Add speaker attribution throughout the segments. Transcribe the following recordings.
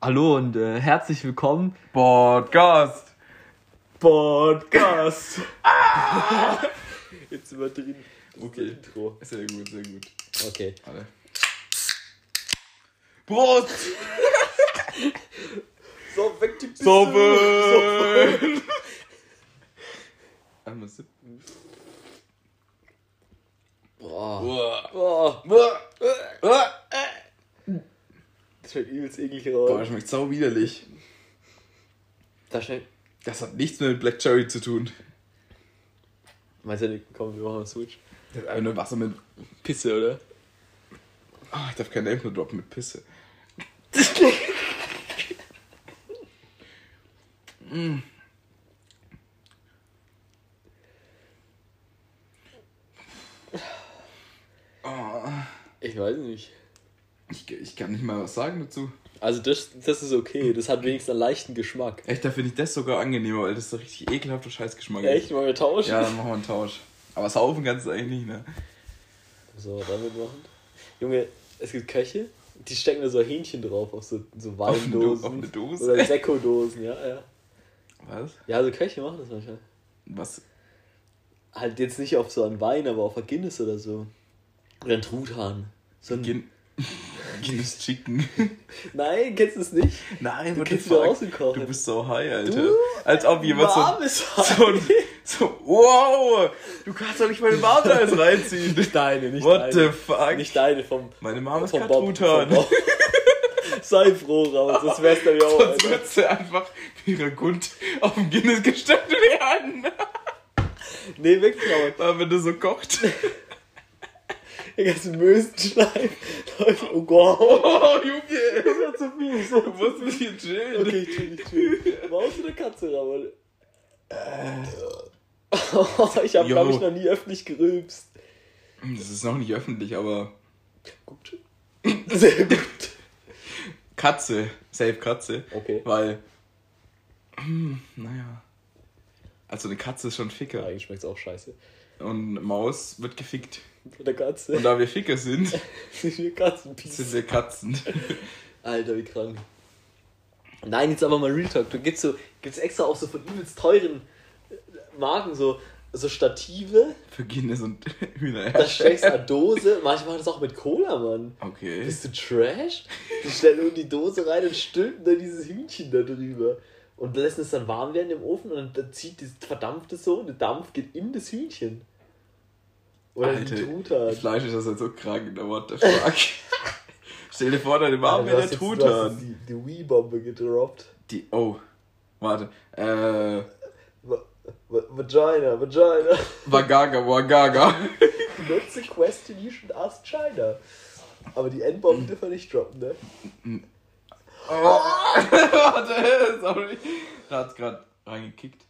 Speaker 1: Hallo und äh, herzlich willkommen.
Speaker 2: Podcast.
Speaker 1: Podcast. Jetzt übertrieben.
Speaker 2: Okay.
Speaker 1: Intro.
Speaker 2: Sehr gut, sehr gut.
Speaker 1: Okay.
Speaker 2: Alle. Prost!
Speaker 1: So, weg die Pisse.
Speaker 2: Sobe! Einmal sippen.
Speaker 1: Boah.
Speaker 2: Boah,
Speaker 1: Boah. Das schmeckt übelst eklig raus.
Speaker 2: das schmeckt sau widerlich.
Speaker 1: Das schmeckt.
Speaker 2: Das hat nichts mehr mit Black Cherry zu tun.
Speaker 1: Meinst du, komm, wir machen einen Switch?
Speaker 2: Das ist einfach nur Wasser mit.
Speaker 1: Pisse, oder?
Speaker 2: Ah, ich darf kein Name droppen mit Pisse. Mm. Oh,
Speaker 1: Ich weiß nicht.
Speaker 2: ich, ich kann nicht mal was sagen dazu.
Speaker 1: Also, das, das ist okay. Das hat wenigstens einen leichten Geschmack.
Speaker 2: Echt, da finde ich das sogar angenehmer, weil das so richtig ekelhafter Scheißgeschmack
Speaker 1: Echt? Wollen wir tauschen?
Speaker 2: Ja, dann machen wir einen Tausch. Aber saufen kannst du eigentlich nicht, ne?
Speaker 1: So, damit machen. Junge, es gibt Köche, die stecken da so Hähnchen drauf auf so, so Weindosen.
Speaker 2: auf eine Dose?
Speaker 1: Oder Sekko-Dosen, ja, ja.
Speaker 2: Was?
Speaker 1: Ja, so Köche machen das manchmal.
Speaker 2: Was?
Speaker 1: Halt jetzt nicht auf so einen Wein, aber auf ein Guinness oder so. Oder ein Truthahn. So ein
Speaker 2: Gin Guinness Chicken.
Speaker 1: Nein, kennst du es nicht?
Speaker 2: Nein, what the
Speaker 1: kennst du
Speaker 2: fuck?
Speaker 1: ausgekocht.
Speaker 2: Du bist so high, Alter.
Speaker 1: Du?
Speaker 2: Als ob jemand so...
Speaker 1: Warmes
Speaker 2: So,
Speaker 1: Wein.
Speaker 2: ein- so, wow, du kannst doch nicht meine Marmeladeis reinziehen.
Speaker 1: Nicht deine, nicht
Speaker 2: What
Speaker 1: deine.
Speaker 2: the fuck?
Speaker 1: Nicht deine, vom,
Speaker 2: Meine Mama ist
Speaker 1: vom Bob. Vom
Speaker 2: Katrutan.
Speaker 1: Bob. Sei froh, Raus, sonst wär's dann ja auch.
Speaker 2: Sonst
Speaker 1: Alter.
Speaker 2: wird sie einfach mit ihrer Gund auf dem Guinness gestellt werden.
Speaker 1: Nee, wirklich, aber
Speaker 2: Aber wenn du so kocht.
Speaker 1: der ganze Mösenschleim. läuft- Oh Gott.
Speaker 2: Oh, Junge,
Speaker 1: Das ist ja zu viel. So.
Speaker 2: du musst mich hier chillen.
Speaker 1: Okay, ich chill, ich chill. Maus oder Katze, Ramon? ich habe,
Speaker 2: Jo.
Speaker 1: glaube ich, noch nie öffentlich gerülpst.
Speaker 2: Das ist noch nicht öffentlich, aber
Speaker 1: Gut. Sehr gut.
Speaker 2: Katze, safe Katze.
Speaker 1: Okay.
Speaker 2: Weil, hm, naja. Also eine Katze ist schon Ficker.
Speaker 1: Eigentlich schmeckt's auch scheiße.
Speaker 2: Und Maus wird gefickt.
Speaker 1: Oder Katze.
Speaker 2: Und da wir Ficker sind,
Speaker 1: Sind wir Katzenpieces.
Speaker 2: sind wir Katzen.
Speaker 1: Alter, wie krank. Nein, jetzt aber mal Real Talk. Du gibst so, gibt's extra auch so von übelst teuren äh, Marken so, so Stative.
Speaker 2: Für Guinness und
Speaker 1: Da
Speaker 2: Hühnerherrscher.
Speaker 1: steckst du eine Dose. Manche machen das auch mit Cola, Mann.
Speaker 2: Okay.
Speaker 1: Bist du trash? Die stellen nur die Dose rein und stülpen dann dieses Hühnchen da drüber. Und lassen es dann warm werden im Ofen und dann zieht das verdampfte so und der Dampf geht in das Hühnchen. Oder
Speaker 2: Alter,
Speaker 1: die Truthahn.
Speaker 2: Das Fleisch ist das halt so krank, aber what the fuck. Stell dir vor, deine Mama
Speaker 1: Alter, du
Speaker 2: wäre der
Speaker 1: hast jetzt- du hast
Speaker 2: Truthahn.
Speaker 1: jetzt Die, die Wii-Bombe gedroppt.
Speaker 2: Die, oh, warte. Äh,
Speaker 1: Va- va- Vagina, Vagina.
Speaker 2: Wagaga, Wagaga.
Speaker 1: Not the question you should ask China. Aber die
Speaker 2: Hm.
Speaker 1: N-Bombe dürfen wir nicht droppen, ne?
Speaker 2: Oh. warte, äh, sorry. Da hat's grad reingekickt.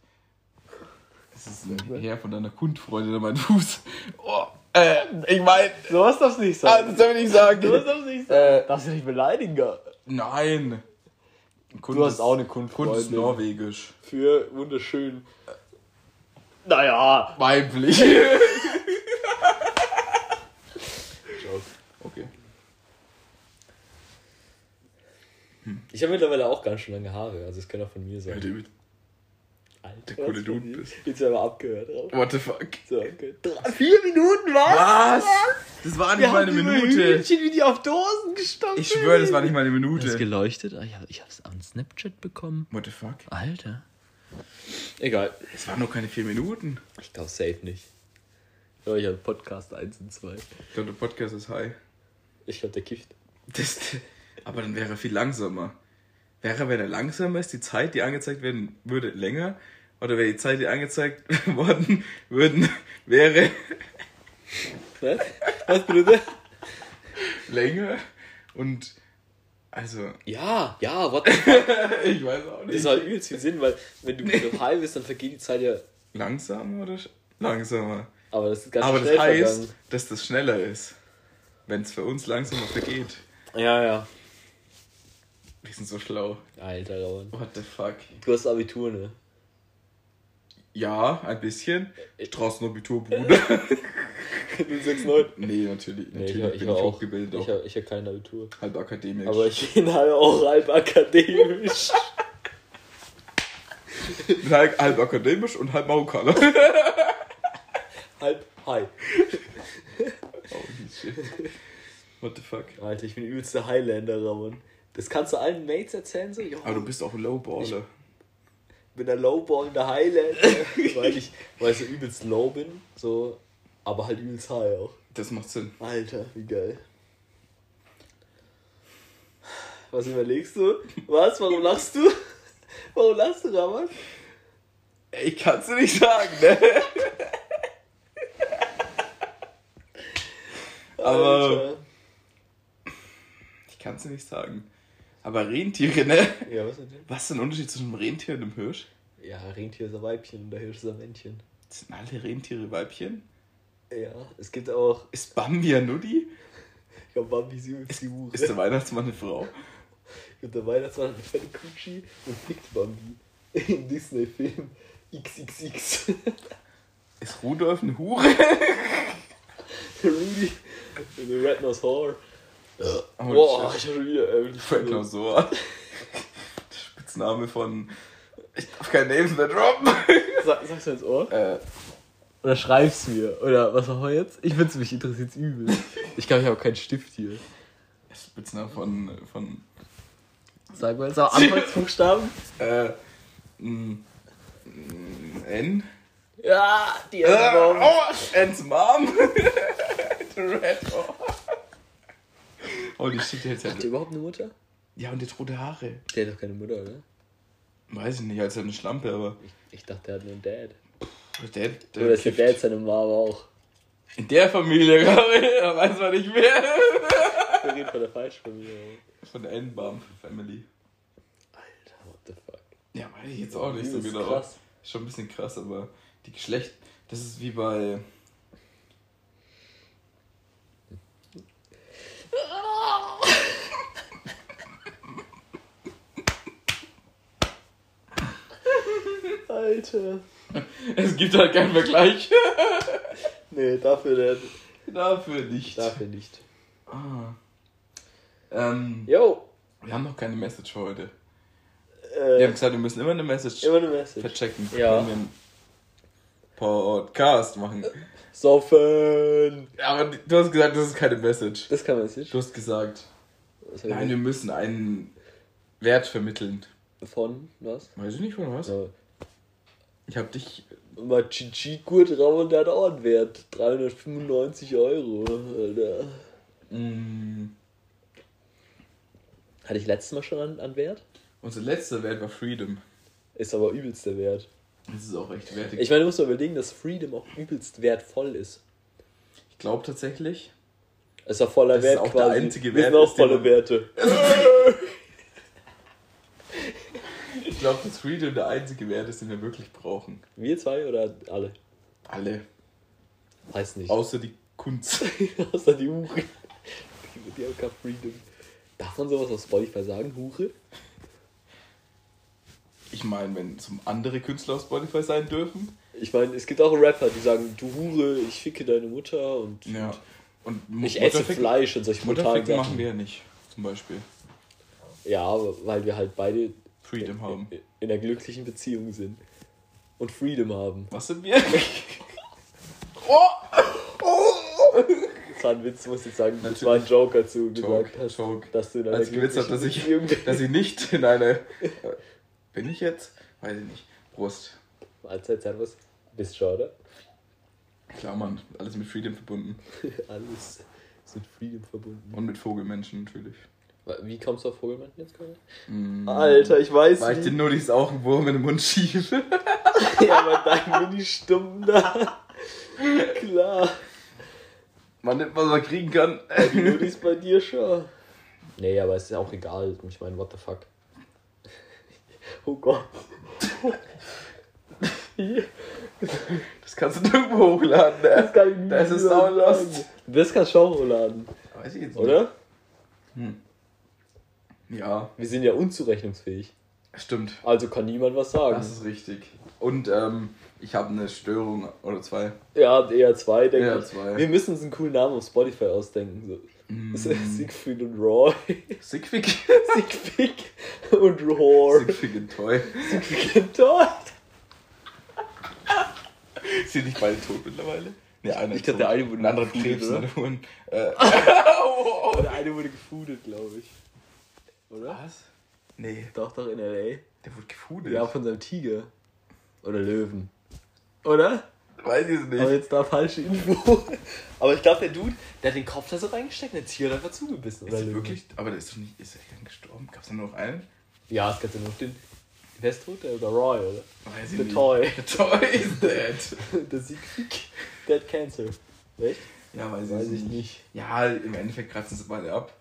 Speaker 2: Das ist ein Herr von deiner Kundfreundin an meinen Fuß. Oh, äh, ich mein,
Speaker 1: Sowas darfst du nicht
Speaker 2: ah, das darf ich nicht sagen.
Speaker 1: darfst du nicht
Speaker 2: Äh,
Speaker 1: Darfst du nicht beleidigen, gar.
Speaker 2: nein. Kund
Speaker 1: Du hast
Speaker 2: ist-
Speaker 1: auch eine
Speaker 2: Kund ist
Speaker 1: Kundfreundin.
Speaker 2: norwegisch.
Speaker 1: für wunderschön. Naja.
Speaker 2: Weiblich. Okay.
Speaker 1: Ich habe mittlerweile auch ganz schön lange Haare, also es kann auch von mir sein.
Speaker 2: Alter, wie-
Speaker 1: Alter,
Speaker 2: der coole
Speaker 1: was
Speaker 2: Dude
Speaker 1: von dir?
Speaker 2: bist.
Speaker 1: Jetzt haben wir abgehört. oder?
Speaker 2: What the fuck?
Speaker 1: So, halt okay. Drei, vier Minuten,
Speaker 2: Was?
Speaker 1: was?
Speaker 2: Das war nicht
Speaker 1: Wir
Speaker 2: mal
Speaker 1: haben
Speaker 2: eine
Speaker 1: über
Speaker 2: Minute.
Speaker 1: Hühnchen, wie die auf Dosen gestanden
Speaker 2: Ich schwöre, das war
Speaker 1: sind.
Speaker 2: nicht mal eine Minute.
Speaker 1: geleuchtet? Ah, Ich habe es an Snapchat bekommen.
Speaker 2: What the fuck?
Speaker 1: Alter. Egal.
Speaker 2: Es waren nur keine vier Minuten.
Speaker 1: Ich glaube, safe nicht. Aber ich habe Podcast 1 und 2.
Speaker 2: Ich glaube, der Podcast ist high.
Speaker 1: Ich glaube, der kifft.
Speaker 2: Das, aber dann wäre er viel langsamer. Wäre, wenn er langsamer ist, die Zeit, die angezeigt werden würde, länger? Oder wäre die Zeit, die angezeigt worden würden, wäre
Speaker 1: Was? Was, Bruder?
Speaker 2: länger? Und also,
Speaker 1: Ja, ja, what
Speaker 2: ich weiß auch
Speaker 1: Das
Speaker 2: nicht.
Speaker 1: hat übelst viel Sinn, weil wenn du noch high bist, dann vergeht die Zeit ja.
Speaker 2: Langsamer oder sch- langsamer?
Speaker 1: Aber das ist ganz
Speaker 2: Aber
Speaker 1: schnell
Speaker 2: das heißt,
Speaker 1: vergangen.
Speaker 2: dass das schneller ist. Wenn es für uns langsamer vergeht.
Speaker 1: Ja, ja.
Speaker 2: Wir sind so schlau.
Speaker 1: Alter, Lauren.
Speaker 2: What the fuck?
Speaker 1: Du hast Abitur, ne?
Speaker 2: Ja, ein bisschen. Straßenobitur, Bruder.
Speaker 1: Du sagst neun.
Speaker 2: nee, natürlich.
Speaker 1: Nee,
Speaker 2: Natürlich
Speaker 1: ich, ich
Speaker 2: bin
Speaker 1: war
Speaker 2: ich
Speaker 1: auch.
Speaker 2: hochgebildet.
Speaker 1: Ich
Speaker 2: Auch
Speaker 1: habe ich hab kein Abitur.
Speaker 2: halb akademisch.
Speaker 1: Aber ich bin halt auch halb akademisch.
Speaker 2: ich bin halb, halb akademisch und halb Marokkaner. Oh,
Speaker 1: halb high.
Speaker 2: Holy shit. What the fuck?
Speaker 1: Alter, ich bin übelster Highlander, Ramon. Das kannst du allen Mates erzählen, so? Jo,
Speaker 2: Aber du bist auch ein Lowballer.
Speaker 1: bin der Lowborn, der Highlander. weil ich, weil ich so übelst low bin, so, aber halt übelst high auch.
Speaker 2: Das macht Sinn.
Speaker 1: Alter, wie geil. Was überlegst du? Was? Warum lachst du? Warum lachst du, Ramon?
Speaker 2: Ey, kannst du nicht sagen, ne? Aber- Ich kann's dir nicht sagen. Aber Rentiere, ne?
Speaker 1: Alter. Ja, was ist denn?
Speaker 2: Was ist denn der Unterschied zwischen einem Rentier und einem Hirsch?
Speaker 1: Ja, Rentier ist ein Weibchen und der Hirsch ist ein Männchen.
Speaker 2: Sind alle Rentiere Weibchen?
Speaker 1: Ja, es gibt auch,
Speaker 2: Ist Bambi ein Nuddi?
Speaker 1: ich glaube, Bambi ist übelst die Hure.
Speaker 2: Ist der Weihnachtsmann eine Frau?
Speaker 1: Und der Weihnachtsmann hat einen Gucci und fickt Bambi. Im Disney-Film XXX.
Speaker 2: Ist Rudolf eine Hure?
Speaker 1: Rudy, the Red Nose Horror.
Speaker 2: Oh,
Speaker 1: Boah,
Speaker 2: shit.
Speaker 1: ich hab schon wieder irgendwie. Also-
Speaker 2: Franklosor. Spitzname von. Ich darf keinen Names mehr droppen.
Speaker 1: Sag, sag's mir ins Ohr.
Speaker 2: äh,
Speaker 1: Oder schreib's mir. Oder was auch jetzt? Ich find's mich interessiert's übel. Ich glaube, ich habe keinen Stift hier.
Speaker 2: Spitzname von. von
Speaker 1: Sag mal, sag Anfangsbuchstaben.
Speaker 2: äh, m, m, N.
Speaker 1: Ja, die
Speaker 2: Äh,
Speaker 1: Ellenbogen.
Speaker 2: oh, N's Mom. The Red Mom. Oh, die steht jetzt
Speaker 1: Hat der
Speaker 2: halt.
Speaker 1: überhaupt eine Mutter?
Speaker 2: Ja, und jetzt rote Haare.
Speaker 1: Der hat doch keine Mutter, oder?
Speaker 2: Weiß ich nicht, als eine Schlampe, aber.
Speaker 1: Ich, ich dachte, der hat nur einen Dad.
Speaker 2: Der, der
Speaker 1: Oder ist der
Speaker 2: kifft.
Speaker 1: Dad seine Mama auch?
Speaker 2: In der Familie, glaube ich. Da weiß man nicht mehr.
Speaker 1: Wir reden von der Falschfamilie.
Speaker 2: Von der N-Bomb Family.
Speaker 1: Alter, what the fuck.
Speaker 2: Ja, weiß ich jetzt auch nicht so
Speaker 1: Das ist
Speaker 2: genau.
Speaker 1: krass.
Speaker 2: Ist Schon ein bisschen krass, aber die Geschlecht, das ist wie bei.
Speaker 1: Alter.
Speaker 2: Es gibt halt keinen Vergleich.
Speaker 1: Nee, dafür nicht.
Speaker 2: Dafür nicht.
Speaker 1: Dafür nicht.
Speaker 2: Ah. Ähm,
Speaker 1: Yo!
Speaker 2: Wir haben noch keine Message für heute.
Speaker 1: Äh,
Speaker 2: Wir haben gesagt, wir müssen immer eine Message
Speaker 1: Immer eine Message.
Speaker 2: verchecken,
Speaker 1: Ja.
Speaker 2: wenn wir einen Podcast machen.
Speaker 1: Saufen!
Speaker 2: Aber du hast gesagt, das ist keine Message.
Speaker 1: Das kann man sich.
Speaker 2: Du hast gesagt,
Speaker 1: Was hab ich
Speaker 2: nein, wir müssen einen Wert vermitteln.
Speaker 1: Von was?
Speaker 2: Weiß ich nicht, von was?
Speaker 1: Ja.
Speaker 2: Ich habe dich
Speaker 1: Mal Chichi-Gurt Ramon, der hat auch einen Wert. 395 Euro, Alter.
Speaker 2: mm,
Speaker 1: Hatte ich letztes Mal schon an, an Wert?
Speaker 2: Unser letzter Wert war Freedom.
Speaker 1: Ist aber übelst der Wert.
Speaker 2: Das ist auch echt wertig.
Speaker 1: Ich
Speaker 2: Ich,
Speaker 1: meine, du musst mal überlegen, dass Freedom auch übelst wertvoll ist.
Speaker 2: glaube tatsächlich.
Speaker 1: Ist ja voller
Speaker 2: Das ist
Speaker 1: Wert
Speaker 2: auch der
Speaker 1: quasi.
Speaker 2: einzige
Speaker 1: Wir
Speaker 2: Wert,
Speaker 1: sind auch
Speaker 2: ist, den
Speaker 1: volle
Speaker 2: man-
Speaker 1: Werte.
Speaker 2: Ich glaube, dass Freedom der einzige Wert ist, den wir wirklich brauchen.
Speaker 1: Wir zwei oder alle?
Speaker 2: Alle.
Speaker 1: Weiß nicht.
Speaker 2: Außer die Kunst.
Speaker 1: Außer die Hure. Die, die haben kein Freedom. Darf man sowas auf Spotify sagen, Hure?
Speaker 2: Ich meine, wenn zum andere Künstler auf Spotify sein dürfen.
Speaker 1: Ich meine, es gibt auch Rapper, die sagen, du Hure, ich ficke deine Mutter und
Speaker 2: Ja. Und
Speaker 1: ich esse
Speaker 2: Mutterfick-
Speaker 1: Fleisch und solche brutalen
Speaker 2: Mutterficken machen
Speaker 1: Sachen.
Speaker 2: wir ja nicht, zum Beispiel.
Speaker 1: Ja, aber weil wir halt beide
Speaker 2: Freedom haben.
Speaker 1: in einer glücklichen Beziehung sind. Und Freedom haben.
Speaker 2: Was sind wir? oh! Oh!
Speaker 1: Das war ein Witz, muss ich sagen. Das
Speaker 2: Natürlich.
Speaker 1: war ein Joke, als du
Speaker 2: Joke,
Speaker 1: gesagt hast,
Speaker 2: Joke.
Speaker 1: dass du in einer
Speaker 2: Als ich gewitzt habe,
Speaker 1: glücklichen
Speaker 2: dass ich,
Speaker 1: Beziehung bist.
Speaker 2: dass ich nicht in eine. Bin ich jetzt? Weiß ich nicht. Brust.
Speaker 1: Mahlzeit, Servus. Bist schon, oder?
Speaker 2: Klar, Mann. Alles mit Freedom verbunden.
Speaker 1: Alles ist mit Freedom verbunden.
Speaker 2: Und mit Vogelmenschen natürlich.
Speaker 1: Wie kommst du auf Vogelmann jetzt gerade?
Speaker 2: Mhm.
Speaker 1: Alter, ich weiß
Speaker 2: Weil ich den Nudis auch einen Wurm in den Mund schiebe.
Speaker 1: Ja, aber dein Mini-Stummen da. Klar.
Speaker 2: Man nimmt, was man kriegen kann.
Speaker 1: Die Nudis bei dir schon. Nee, aber es ist auch egal. Ich meine, what the fuck. Oh Gott.
Speaker 2: Das kannst du nirgendwo hochladen.
Speaker 1: Das
Speaker 2: Ne?
Speaker 1: kann ich nie
Speaker 2: Das ist
Speaker 1: wieder
Speaker 2: Saulust.
Speaker 1: sagen. Das kannst du auch hochladen,
Speaker 2: Weiß ich jetzt
Speaker 1: oder?
Speaker 2: Hm. Ja,
Speaker 1: Wir sind ja unzurechnungsfähig.
Speaker 2: Stimmt.
Speaker 1: Also kann niemand was sagen.
Speaker 2: Das ist richtig. Und ähm, ich habe eine Störung oder zwei.
Speaker 1: Ja, eher zwei, denke
Speaker 2: Ja,
Speaker 1: ich.
Speaker 2: zwei. Mm.
Speaker 1: Wir müssen uns einen coolen Namen auf Spotify ausdenken. So. Siegfried und Roy.
Speaker 2: Siegfried.
Speaker 1: Siegfried und Roar.
Speaker 2: Siegfried und Toy.
Speaker 1: Siegfried und Roy.
Speaker 2: Sind nicht beide tot mittlerweile? Nee, einer
Speaker 1: Ich
Speaker 2: ist
Speaker 1: glaub,
Speaker 2: tot.
Speaker 1: der eine wurde
Speaker 2: Ein anderer
Speaker 1: gefunden,
Speaker 2: Krebs,
Speaker 1: oder?
Speaker 2: ne? Und, äh, Oh.
Speaker 1: Der eine wurde gefoodet, glaube ich. Oder?
Speaker 2: Was? Nee,
Speaker 1: Doch, doch, in L.A.
Speaker 2: der wurde gefudelt.
Speaker 1: Ja, von seinem Tiger. Oder Löwen. Oder?
Speaker 2: Weiß ich es
Speaker 1: Aber
Speaker 2: nicht.
Speaker 1: jetzt da falsche Info. Aber ich glaube, der Dude, der hat den Kopf da so reingesteckt und der Tier hat einfach zugebissen.
Speaker 2: Ist
Speaker 1: Oder
Speaker 2: er
Speaker 1: Löwen.
Speaker 2: wirklich? Aber der ist doch nicht. Ist er dann gestorben? Gab es da nur noch einen?
Speaker 1: Ja, es gab ja noch den. Wer ist tot? Der oder Roy, oder?
Speaker 2: Weiß ich
Speaker 1: Der
Speaker 2: nicht.
Speaker 1: Toy.
Speaker 2: Der Toy is dead.
Speaker 1: Der Siegfried. Der hat Cancer. Echt?
Speaker 2: Ja, weiß,
Speaker 1: Weiß
Speaker 2: ich
Speaker 1: ich
Speaker 2: nicht.
Speaker 1: nicht.
Speaker 2: Ja, im Endeffekt kratzen sie beide ab.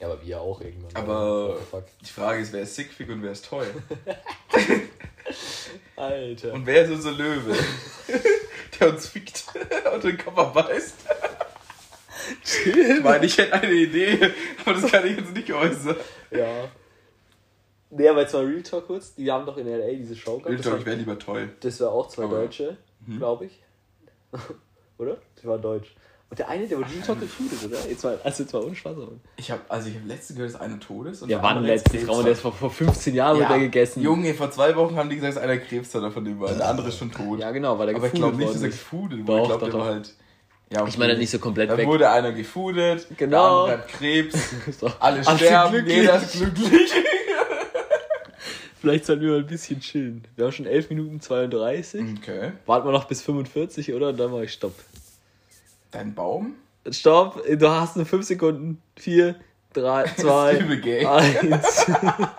Speaker 1: Ja, aber wir auch irgendwann.
Speaker 2: Aber
Speaker 1: Fuck.
Speaker 2: die Frage ist, wer ist Siegfried und wer ist Toy?
Speaker 1: Alter.
Speaker 2: Und wer ist unser Löwe? Der uns fickt und den Kopf abbeißt. Ich meine, ich hätte eine Idee, aber das kann ich jetzt nicht äußern.
Speaker 1: ja. Nee, aber jetzt mal Real Talk kurz. Die haben doch in L.A. diese Show gehabt.
Speaker 2: Wilder,
Speaker 1: Das
Speaker 2: ich
Speaker 1: war-
Speaker 2: wäre lieber Toy.
Speaker 1: Das war auch zwei
Speaker 2: Aber-
Speaker 1: Deutsche, glaube ich. oder? Die waren deutsch. Und der eine, der wurde Real Talk gefoodet, oder? Jetzt mal, also jetzt mal ohne Spaß. aber-
Speaker 2: Ich habe also ich habe letztens gehört, dass einer tot ist. Und
Speaker 1: Ja, war ein letztes Raum, der ist vor, vor 15 Jahren
Speaker 2: ja,
Speaker 1: wurde der gegessen.
Speaker 2: Junge, vor zwei Wochen haben die gesagt, dass einer Krebs hat von dem beiden. Der andere ist schon tot.
Speaker 1: Ja, genau, weil der
Speaker 2: Aber ich
Speaker 1: gefoodet
Speaker 2: glaube nicht,
Speaker 1: worden
Speaker 2: dass er
Speaker 1: ist.
Speaker 2: gefoodet
Speaker 1: Doch,
Speaker 2: wurde. Ich glaube,
Speaker 1: doch,
Speaker 2: der war
Speaker 1: doch.
Speaker 2: halt. Ja,
Speaker 1: Ich meine, nicht so komplett
Speaker 2: Dann
Speaker 1: weg.
Speaker 2: wurde einer gefoodet,
Speaker 1: Genau.
Speaker 2: der andere hat Krebs,
Speaker 1: Ist doch-
Speaker 2: alle
Speaker 1: sind
Speaker 2: sterben,
Speaker 1: glücklich.
Speaker 2: jeder ist glücklich.
Speaker 1: Vielleicht sollten wir mal ein bisschen chillen. Wir haben schon 11 Minuten 32.
Speaker 2: Okay.
Speaker 1: Warten wir noch bis 45, oder? Und dann mache ich Stopp.
Speaker 2: Dein Baum?
Speaker 1: Stopp, du hast nur 5 Sekunden. 4, 3,
Speaker 2: übel gay.
Speaker 1: 2, 1.